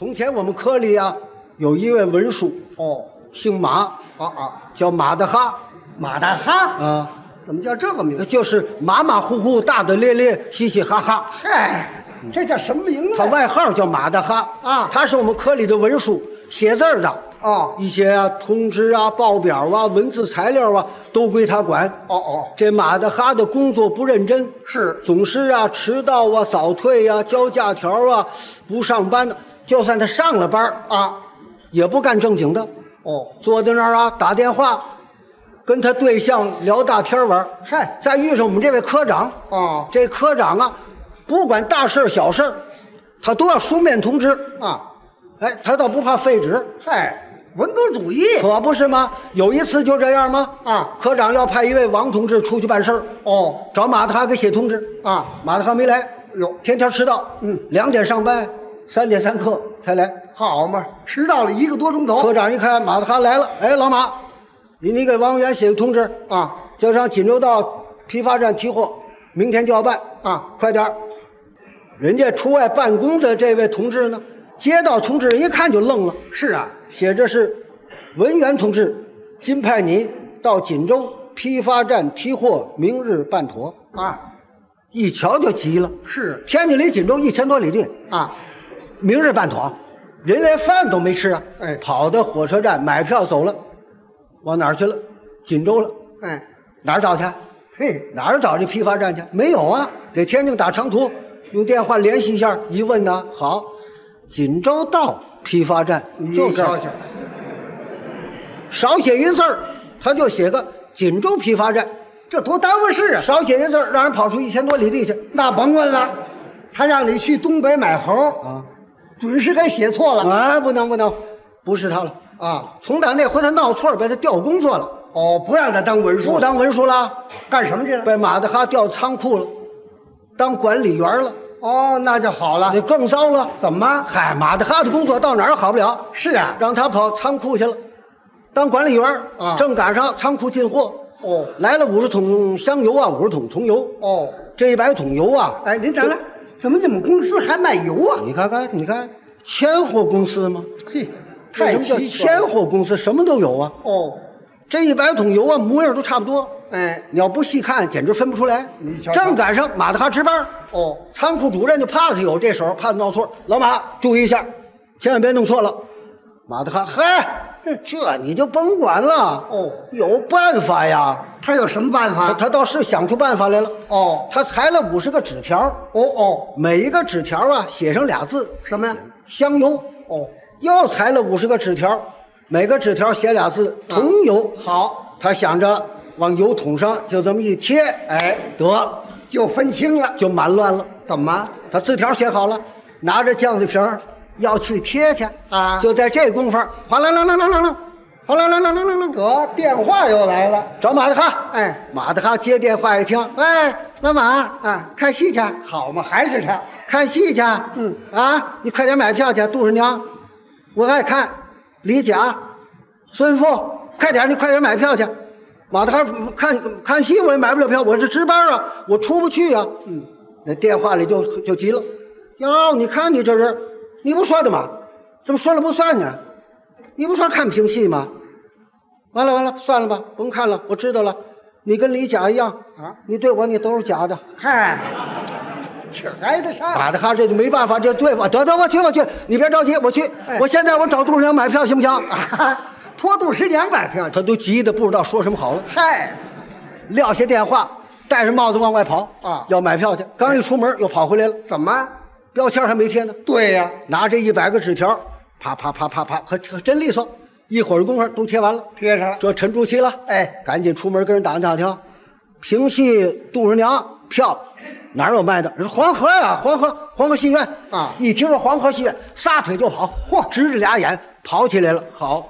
从前我们科里啊，有一位文书，哦，姓马，啊啊，叫马德哈。马大哈，啊，怎么叫这个名字？就是马马虎虎、大大咧咧、嘻嘻哈哈。嗨，这叫什么名字他？外号叫马德哈啊他是我们科里的文书，写字儿的。哦一些啊通知啊、报表啊、文字材料啊，都归他管。哦哦，这马德哈的工作不认真，是总是啊迟到啊、早退呀、交假条啊、不上班的。就算他上了班儿啊，也不干正经的，哦，坐在那儿啊打电话，跟他对象聊大天玩儿。嗨，再遇上我们这位科长，哦这科长啊，不管大事儿小事儿，他都要书面通知。啊，哎，他倒不怕废纸，嗨，文革主义可不是吗？有一次就这样吗？啊，科长要派一位王同志出去办事儿，哦找马特哈给写通知，啊，马特哈没来，哟，天天迟到。嗯，两点上班，三点三刻才来。好嘛，迟到了一个多钟头科长一看马特哈来了，哎，老马，你你给王源写个通知，啊就上锦州道批发站提货，明天就要办。啊，快点儿！人家出外办公的这位同志呢，接到通知一看就愣了，是啊，写着是文员同志，今派您到锦州批发站批货，明日办妥。啊一瞧就急了，是天津离锦州一千多里地，啊，明日办妥，人连饭都没吃啊！哎跑到火车站买票走了，往哪儿去了？锦州了，哎，哪儿找去？嘿，哪儿找这批发站去？没有啊，给天津打长途，用电话联系一下，一问呢，好，锦州道批发站你就这瞧儿，瞧，少写一字儿，他就写个锦州批发站，这多耽误事啊！少写一字儿，让人跑出一千多里地去那甭问了，他让你去东北买猴，啊！准是给写错了啊，不能不能，不是他了。啊！从打那回他闹错儿，被他调工作了，哦，不让他当文书不了，当文书了，干什么去了？被马德哈调仓库了，当管理员了，哦，那就好了那。更糟了。怎么？嗨，马德哈的工作到哪儿好不了，是啊，让他跑仓库去了，当管理员儿啊正赶上仓库进货，哦来了五十桶香油啊，五十桶桐油，哦，这一百桶油啊，哎，您等等，怎么你们公司还卖油啊？你看看，你看，千货公司吗？嘿，为太什么叫齐全千了。货公司？什么都有啊。哦，这一百桶油啊，模样都差不多，哎，你要不细看，简直分不出来。你瞧瞧正赶上马德哈值班儿，哦，仓库主任就怕他有这手，怕他闹错。老马，注意一下，千万别弄错了。马德哈，嗨，这你就甭管了。哦有办法呀，他有什么办他法？他倒是想出办法来了。啊哦他裁了五十个纸条，哦哦，每一个纸条啊写上俩字什么呀？ “香油哦，”，又裁了五十个纸条，每个纸条写俩字“啊桐油好，”。他想着往油桶上就这么一贴，哎，得就分清了。就满乱了。怎么他字条写好了，拿着酱子瓶儿要去贴去，啊？就在这功夫，哗啦啦啦啦啦啦，哗啦啦啦啦啦啦，得电话又来了。找马德哈。哎，马德哈接电话一听，喂，哎老马啊，看戏去，哎好嘛，还是他。看戏去。嗯啊，你快点买票去，杜十娘，我爱看李甲、孙富，快点，你快点买票去。马德哈看看戏我也买不了票，我这值班啊，我出不去啊。嗯，那电话里就就急了，哟，你看你这人，你不说的吗？怎么说了不算呢？你不说看评戏吗？完了完了，算了吧，甭看了，我知道了。你跟李甲一样啊，你对我你都是假的。嗨，这啊挨得上。马德哈这就没办法，这对付得得，我去我去，你别着急，我去，哎我现在我找杜十娘买票行不行？啊，拖杜十娘买票去。他都急得不知道说什么好了，嗨，撂下电话，戴上帽子往外跑啊要买票去。刚一出门又跑回来了，怎么？标签还没贴呢，对呀、拿这一百个纸条，啪啪啪啪啪，可可真利索，一会儿功夫都贴完了，贴上了。这沉住气了，哎，赶紧出门跟人打听打听，平戏杜十娘票哪儿有卖的？人说黄河呀、黄河黄河戏院啊一听说黄河戏院，撒腿就跑，嚯，直着俩眼跑起来了。好，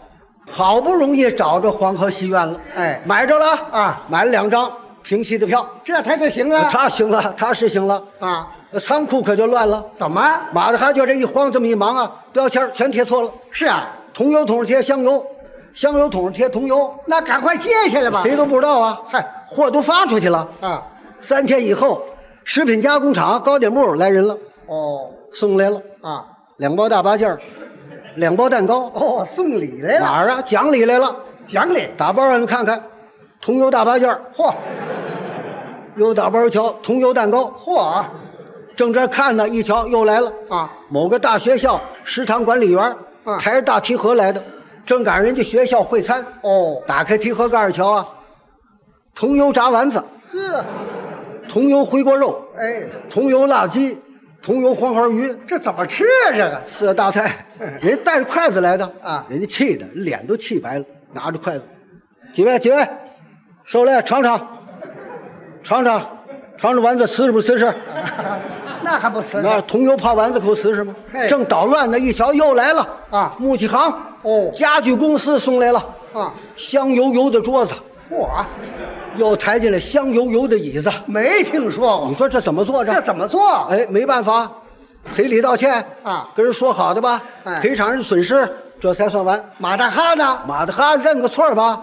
好不容易找着黄河戏院了，哎买着了啊，买了两张平戏的票，这他就行了。他行了，他是行了，啊，仓库可就乱了。怎么？马德哈就这一慌，这么一忙啊，标签儿全贴错了，是啊，桐油桶上贴香油，香油桶上贴桐油，那赶快接下来吧。谁都不知道啊。嗨货都发出去了，啊？三天以后，食品加工厂糕点部来人了，哦送来了啊，两包大八件儿两包蛋糕，哦，送礼来哪了，儿啊？讲理来了，讲理。打包让你看看，桐油大八件儿，嚯又打包一瞧，桐油蛋糕，嚯啊正这儿看呢，一瞧又来了，啊！某个大学校食堂管理员嗯抬着大提盒来的，正赶上人家学校会餐，哦，打开提盒盖儿瞧啊，桐油炸丸子，呵，桐油回锅肉，哎，桐油辣鸡，桐油黄花鱼，这怎么吃啊？这个 四大菜，人家带着筷子来的啊人家气的脸都气白了，拿着筷子，几位几位，受累尝尝，尝尝，尝尝丸子瓷实不瓷实？哎那还不吃那呢？桐油泡丸子可不瓷实吗嘿？正捣乱呢，一瞧又来了哎啊木器行哦家具公司送来了啊，香油油的桌子，嚯，啊又抬进来香油油的椅子，没听说你过，说这怎么做哦这这？怎么做？哎，没办法，赔礼道歉啊跟人说好的吧，哎赔偿人损失，这才算完。马大哈呢？马大哈认个错儿吧，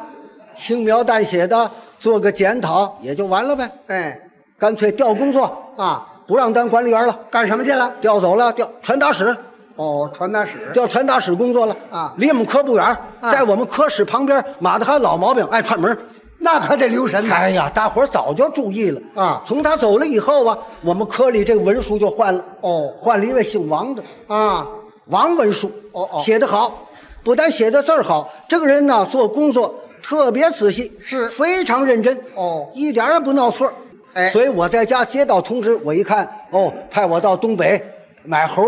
轻描淡写的做个检讨也就完了呗，哎干脆调工作，啊，不让当管理员了，干什么去了？调走了，调传达室，哦，传达室。调传达室工作了啊离我们科不远儿，啊在我们科室旁边，马大哈老毛病爱串门儿。 那可得啊留神呐。哎呀，大伙儿早就注意了啊从他走了以后啊，我们科里这个文书就换了，哦换了一位姓王的，啊，王文书，哦哦写得好，不但写的字儿好，这个人呢做工作特别仔细，是非常认真，哦一点儿也不闹错儿。哎所以我在家接到通知，我一看，哦，派我到东北买猴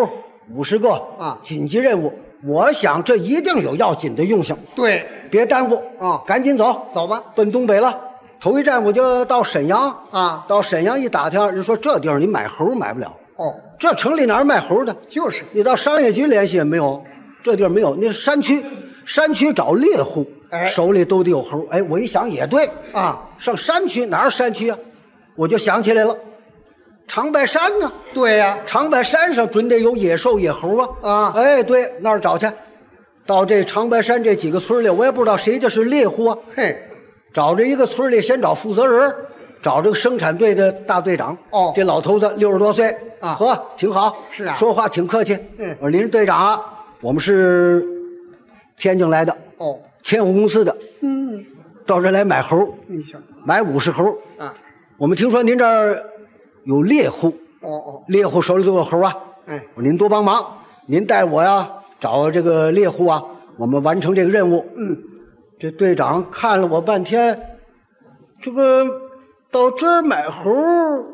五十个啊紧急任务。我想这一定有要紧的用性，对，别耽误啊赶紧走，走吧。奔东北了。头一站我就到沈阳啊到沈阳一打听，人说这地方你买猴买不了，哦，这城里哪儿卖猴的？就是你到商业局联系也没有，这地儿没有。那是山区，山区找猎户，哎手里都得有猴。哎，我一想也对，啊，上山区哪儿山区啊？我就想起来了，长白山呢、对呀、长白山上准得有野兽、野猴啊！啊哎，对，那儿找去。到这长白山这几个村里，我也不知道谁家是猎户啊。嘿，找这一个村里，先找负责人，找这个生产队的大队长。哦这老头子六十多岁啊呵，挺好。是啊说话挺客气。嗯我说您是队长啊，我们是天津来的，哦，千户公司的，嗯，到这儿来买猴，你想买五十猴。啊，我们听说您这儿有猎户，哦哦，猎户手里都有猴啊。哎，我说您多帮忙，您带我呀找这个猎户啊，我们完成这个任务。嗯，这队长看了我半天，这个到这儿买猴儿，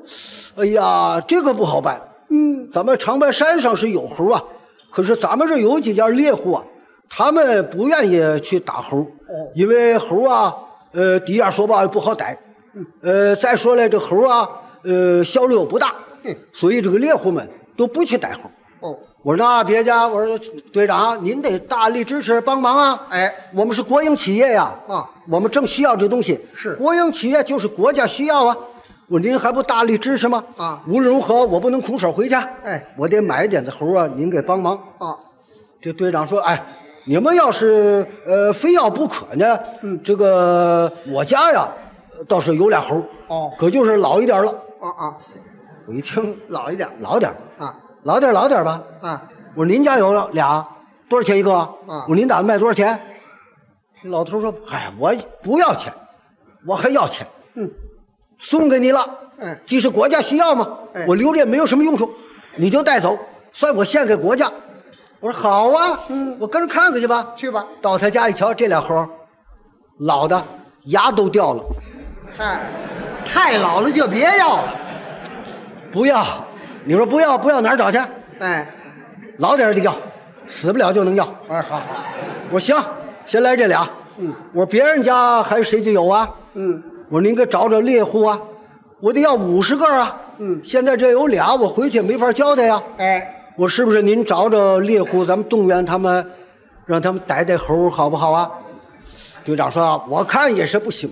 哎呀，这个不好办。嗯，咱们长白山上是有猴啊，可是咱们这儿有几家猎户啊，他们不愿意去打猴，哦因为猴啊，呃，第一样说不好不好逮，呃，再说了这猴啊，呃，效率又不大，嗯所以这个猎户们都不去逮猴。哦，我说那别家，我说队长，您得大力支持帮忙啊！哎，我们是国营企业呀，啊，我们正需要这东西。是国营企业就是国家需要啊。我说您还不大力支持吗？啊无论如何我不能空手回家。哎，我得买一点子猴啊，您给帮忙。啊，这队长说，哎，你们要是呃非要不可呢，嗯，这个我家呀倒是有俩猴，哦可就是老一点了。啊啊，我一听老一点儿老点儿，啊老点儿老点儿吧。啊，我说您家有俩，多少钱一个？嗯我说您打算卖多少钱？这啊老头说：“哎，我不要钱，我还要钱，嗯，送给你了。嗯既是国家需要嘛，哎我留着也没有什么用处，你就带走，算我献给国家。”我说：“好啊，嗯我跟着看看去吧。去吧。”到他家一瞧，这俩猴儿，老的牙都掉了，嗨，太老了就别要了。不要。你说不要不要哪儿找去？哎，老点儿的要，死不了就能要。哎，好好，我说行，先来这俩。嗯，我说别人家还谁就有啊？嗯，我说您给找找猎户啊，我得要五十个啊。嗯现在这有俩，我回去没法交代呀、哎，我是不是您找找猎户，咱们动员他们，让他们逮逮猴，好不好啊？队长说啊，我看也是不行，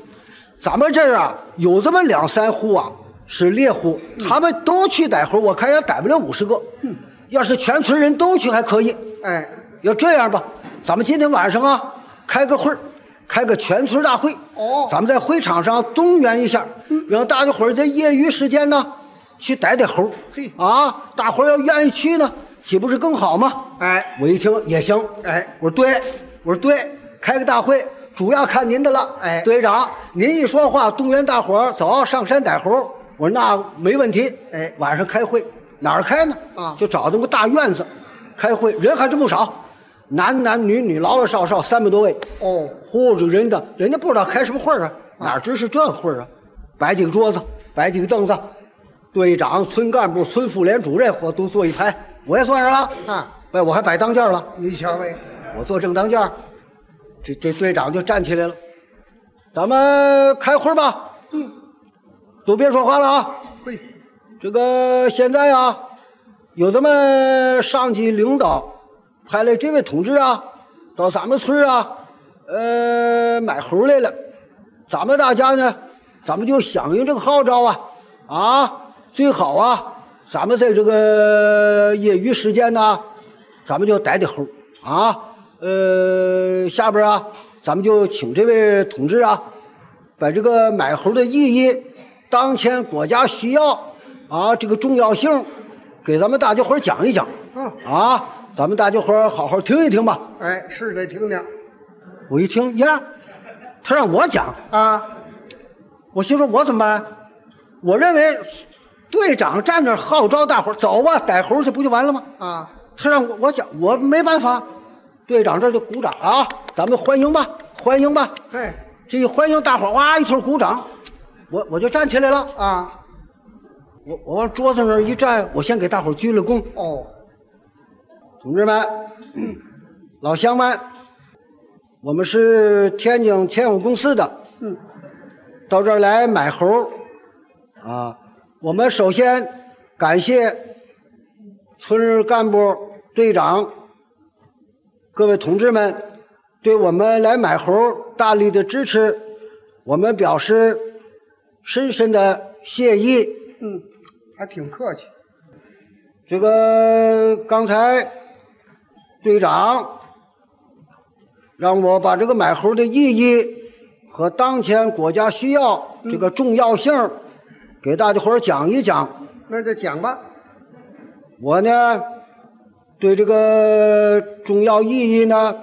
咱们这儿啊有这么两三户啊是猎户，嗯他们都去逮猴，我看也逮不了五十个。要是全村人都去还可以，哎，要这样吧，咱们今天晚上啊，开个会儿开个全村大会。哦嗯咱们在会场上动员一下，让大家伙儿在业余时间呢，去逮逮猴儿。嘿啊，大伙儿要愿意去呢，岂不是更好吗？哎我一听也行，哎，我说对，我说对，开个大会，主要看您的了。哎队长，您一说话，动员大伙儿走上山逮猴。我说那没问题。哎晚上开会，哪儿开呢？啊就找那个大院子，开会，人还真不少，男男女女，老老少少，三百多位。哦，呼着人家，人家不知道开什么会儿啊，哪知是这会儿啊？摆几个桌子，摆几个凳子，队长、村干部、村妇联主任，我都坐一排，我也坐上了。啊，哎，我还摆当间了。你瞧呗，我坐正当间儿，这这队长就站起来了，咱们开会吧。嗯，都别说话了啊。嘿，这个现在啊，有咱们上级领导派来这位同志啊，到咱们村儿啊，呃，买猴来了。咱们大家呢，咱们就响应这个号召啊，啊，最好啊，咱们在这个业余时间呢，咱们就逮逮猴啊。呃，下边啊，咱们就请这位同志啊，把这个买猴的意义、当前国家需要啊这个重要性，给咱们大家伙儿讲一讲嗯，啊，咱们大家伙儿好好听一听吧。哎，是得听听我一听呀，他让我讲，啊，我心说我怎么办？我认为队长站那儿号召大伙儿走吧，逮猴去不就完了吗？啊，他让我我讲，我没办法。队长这儿就鼓掌啊，咱们欢迎吧，欢迎吧。嘿，这一欢迎，大伙儿哇一通鼓掌，我我就站起来了。啊，我我往桌子那儿一站，我先给大伙儿鞠了躬，哦，同志们，嗯老乡们，我们是天津天友公司的，嗯，到这儿来买猴儿啊。我们首先感谢村儿干部、队长、各位同志们对我们来买猴儿大力的支持，我们表示深深的谢意。嗯，还挺客气，这个刚才队长让我把这个买猴的意义和当前国家需要这个重要性儿给大家伙儿讲一讲。那就讲吧，我呢，对这个重要意义呢，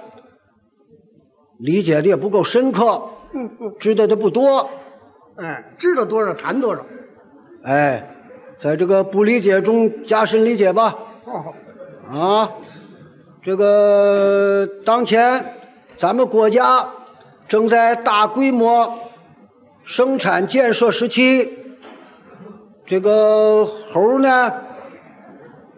理解的也不够深刻，嗯嗯，知道的不多。哎，知道多少谈多少，哎，在这个不理解中加深理解吧。哦，啊，这个当前咱们国家正在大规模生产建设时期，这个猴儿呢，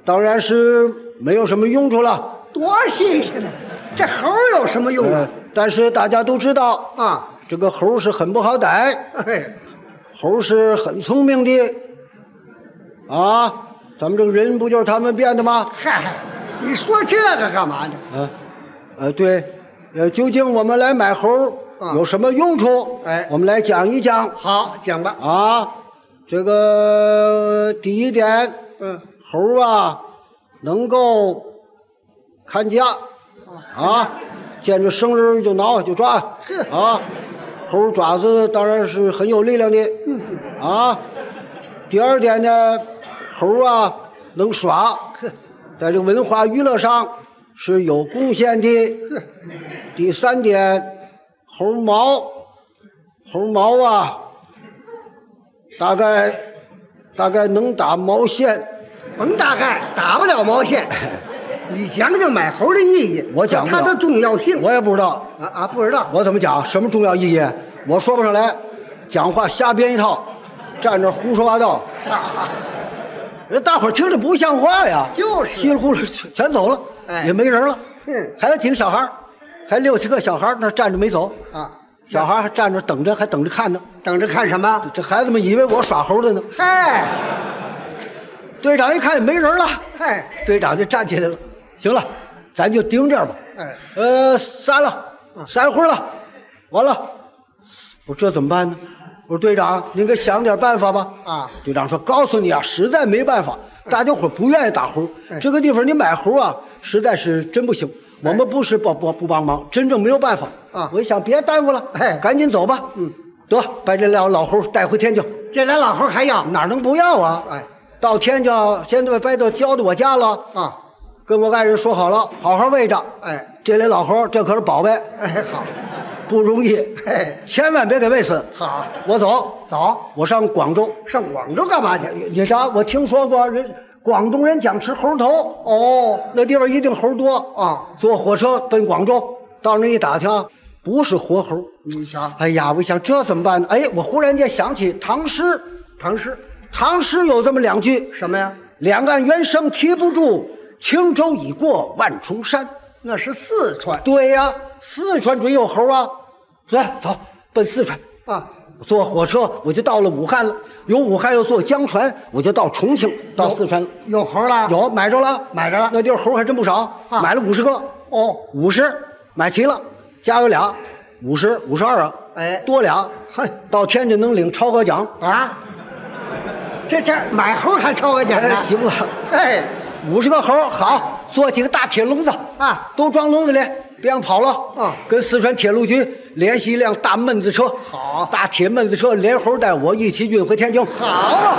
当然是没有什么用处了。多新鲜呢，这猴儿有什么用呃啊？，但是大家都知道，啊，这个猴儿是很不好逮，嘿，猴儿是很聪明的，啊，咱们这个人不就是他们变的吗？嗨，你说这个干嘛呢？啊，呃，对，呃，究竟我们来买猴儿啊有什么用处？哎我们来讲一讲好，讲吧，啊。这个第一点，嗯，猴儿啊能够看家哦啊，见着生人就挠就抓啊。猴儿爪子当然是很有力量的嗯啊。第二点呢，猴儿啊能耍，在这个文化娱乐上是有贡献 的。第三点，猴毛，猴毛啊，大概大概能打毛线。甭大概打不了 毛线，你讲讲买猴的意义，我讲不了它的重要性，我也不知道，啊啊，不知道， 我怎么讲，什么重要意义，我说不上来。讲话瞎编一套，站这儿胡说八道，人大伙儿听着不像话呀。就是稀里糊涂全全走了，哎也没人了。嗯还有几个小孩儿，还六七个小孩儿那儿站着没走，啊，小孩儿还站着等着，还等着看呢。等着看什么？这孩子们以为我耍猴的呢。嗨队长一看也没人了，嗨，队长就站起来了。行了，咱就盯这儿吧。哎，呃，散了，嗯散会儿了，完了。我说这怎么办呢？我说队长，您给想点办法吧。啊，嗯队长说：“告诉你啊，实在没办法，大家伙儿不愿意打猴儿，哎这个地方你买猴儿啊，实在是真不行。我们不是不不不帮忙，真正没有办法啊我一想，别耽误了，哎赶紧走吧。嗯，得把这俩老猴儿带回天津，这俩老猴还要哪能不要啊？嗯哎到天津现在把都交到我家了，啊，跟我爱人说好了，好好喂着。哎这类老猴儿，这可是宝贝，哎，好，不容易，嘿，千万别给喂死。好，我走，走，我上广州。上广州干嘛去？你啥？我听说过人广东人讲吃猴头，哦，那地方一定猴多。啊，坐火车奔广州，到那儿一打听，不是活猴。你瞧，哎呀，我一想这怎么办呢？哎，我忽然间想起唐诗，唐诗唐诗有这么两句什么呀？：“两岸猿声啼不住，轻舟已过万重山。那是四川”对呀，四川准有猴啊！来，走，奔四川。啊，坐火车我就到了武汉了，由武汉又坐江船，我就到重庆，到四川了。有猴了，有买着了，买着了那地儿猴还真不少，啊买了五十个，哦，五十买齐了，家有俩，五十五十二啊，哎多俩，嘿到天津能领超额奖。啊，这这买猴还抽个奖呢哎，？行了，啊哎，五十个猴儿好，做几个大铁笼子啊，都装笼子里，别让跑了。嗯跟四川铁路局联系一辆大闷子车，好大铁闷子车连猴带我一起运回天津，好啊，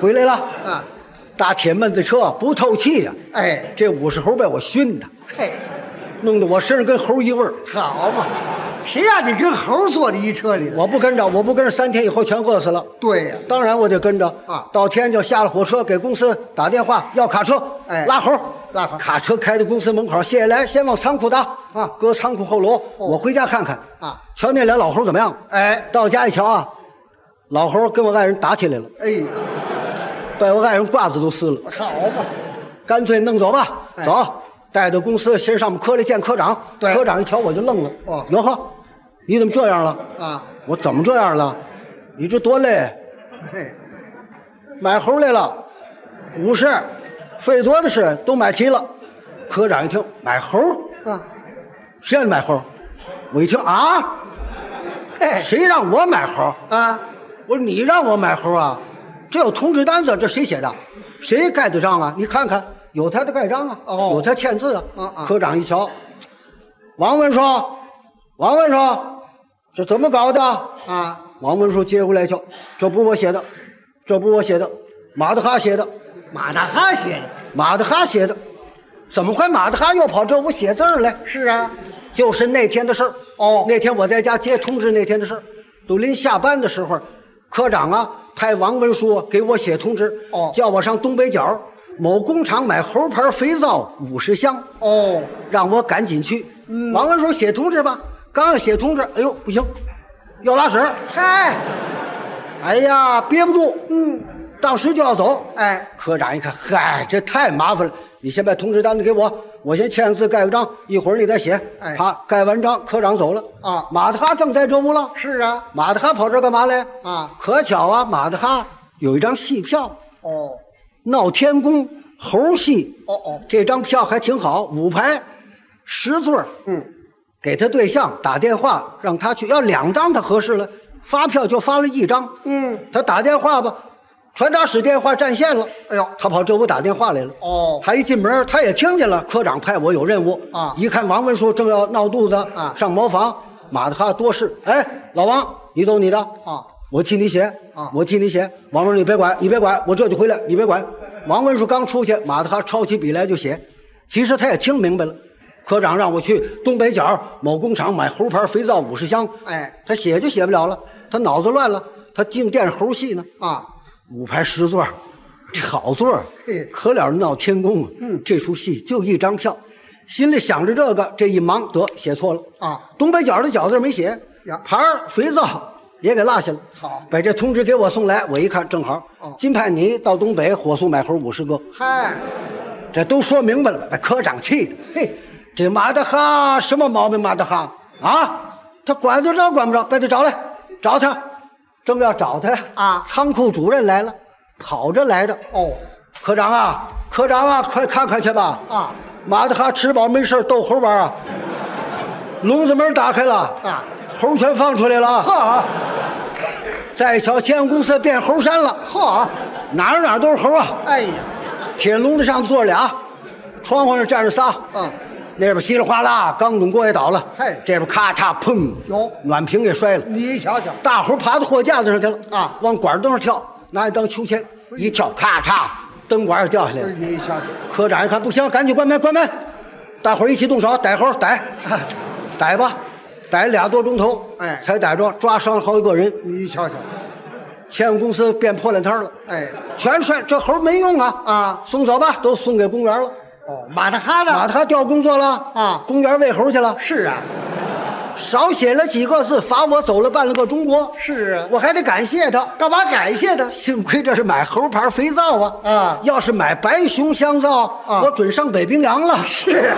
回来了。啊，大铁闷子车不透气呀、哎，这五十猴被我熏的，嘿，弄得我身上跟猴一味儿。好嘛，谁让你跟猴坐在一车里了？我不跟着，我不跟着，三天以后全饿死了。对呀、当然我得跟着啊到天就下了火车，给公司打电话要卡车，哎拉猴，拉猴卡车开到公司门口，谢谢来，先往仓库搭啊搁仓库后楼，我回家看看啊，瞧那俩老猴怎么样？哎，到家一瞧啊，老猴跟我爱人打起来了，哎呀，把我爱人褂子都撕了，好嘛，干脆弄走吧，哎走，带到公司，先上我们科里见科长，对科长一瞧我就愣了，哦哟呵，你怎么这样了？啊，我怎么这样了？你这多累，嘿，买猴来了，五十，费多的是，都买齐了。科长一听买猴，啊，谁让你买猴？我一听啊，嘿，谁让我买猴？啊，我说你让我买猴啊？这有通知单子，这谁写的？谁盖的章啊？你看看，有他的盖章啊，哦有他签字啊。嗯嗯科长一瞧，王文说，王文说，这怎么搞的？啊，王文书接过来一瞧，这不是我写的，这不是我写的，马德哈写的。马大哈写的，马德哈写的，怎么会马德哈又跑这屋写字儿来？是啊，就是那天的事儿。哦那天我在家接通知那天的事儿，都临下班的时候，科长啊派王文书给我写通知，哦叫我上东北角某工厂买猴牌肥皂五十箱，哦，让我赶紧去。嗯王文书写通知吧，刚要写通知，哎呦不行，要拉屎，嗨，哎呀憋不住，嗯，当时就要走，哎，科长一看，嗨，这太麻烦了，你先把通知单子给我，我先签个字盖个章，一会儿你再写。哎好，盖完章，科长走了。啊马德哈正在这屋了，是啊，马德哈跑这儿干嘛来？啊，可巧啊，马德哈有一张戏票，哦，闹天宫猴戏，哦哦，这张票还挺好，五排，十座儿，嗯，给他对象打电话让他去，要两张他合适了，发票就发了一张，嗯，他打电话吧，传达室电话占线了。哎呦，他跑这屋打电话来了。哦，他一进门，他也听见了，科长派我有任务啊一看王文书正要闹肚子啊上茅房，马德哈多事。哎，老王，你走你的啊，我替你写啊我替你写。王文书，你别管，你别管，我这就回来，你别管。王文书刚出去，马德哈抄起笔来就写。其实他也听明白了，科长让我去东北角某工厂买猴牌肥皂五十箱。哎，他写就写不了了，他脑子乱了，他净惦着猴戏呢。啊，五排十座儿，这好座儿嘿，可了闹天宫啊！嗯这出戏就一张票，心里想着这个，这一忙得写错了，啊，东北角的饺子没写呀，盘儿肥皂也给落下了。好，把这通知给我送来，我一看正好哦，金派你到东北火速买猴五十个，嗨，这都说明白了，把科长气的。嘿，这马德哈什么毛病？马德哈啊，他管得着管不着？把他找来，找他，正要找他呀啊仓库主任来了，跑着来的。哦，科长啊，科长啊，快看看去吧！啊，马德哈吃饱没事儿逗猴玩儿啊，笼子门打开了，啊，猴全放出来了啊。呵，再一瞧，千阳公司变猴山了，呵，哪儿哪儿都是猴啊！哎呀，铁笼子上坐着俩，窗户上站着仨，嗯，那边稀里哗啦，钢筒锅也倒了，嘿这边咔嚓砰，有暖瓶也摔了，你瞧瞧，大猴爬到货架子上去了啊往管儿灯上跳，拿一当秋千，一跳咔嚓，灯管也掉下来哎了。你瞧瞧，科长一看不行，赶紧关门，关门！大伙儿一起动手逮猴，逮，啊逮吧，逮俩多钟头，哎才逮着，抓伤了好几个人，你瞧瞧，钱公司变破烂摊儿了，哎，全摔，这猴儿没用啊啊送走吧，都送给公园了，哦，马大哈呢？把他调工作了啊公园喂猴去了，是啊，少写了几个字，罚我走了半个中国，是啊，我还得感谢他，干嘛感谢他？幸亏这是买猴牌肥皂啊，啊要是买白熊香皂，啊我准上北冰洋了。是啊，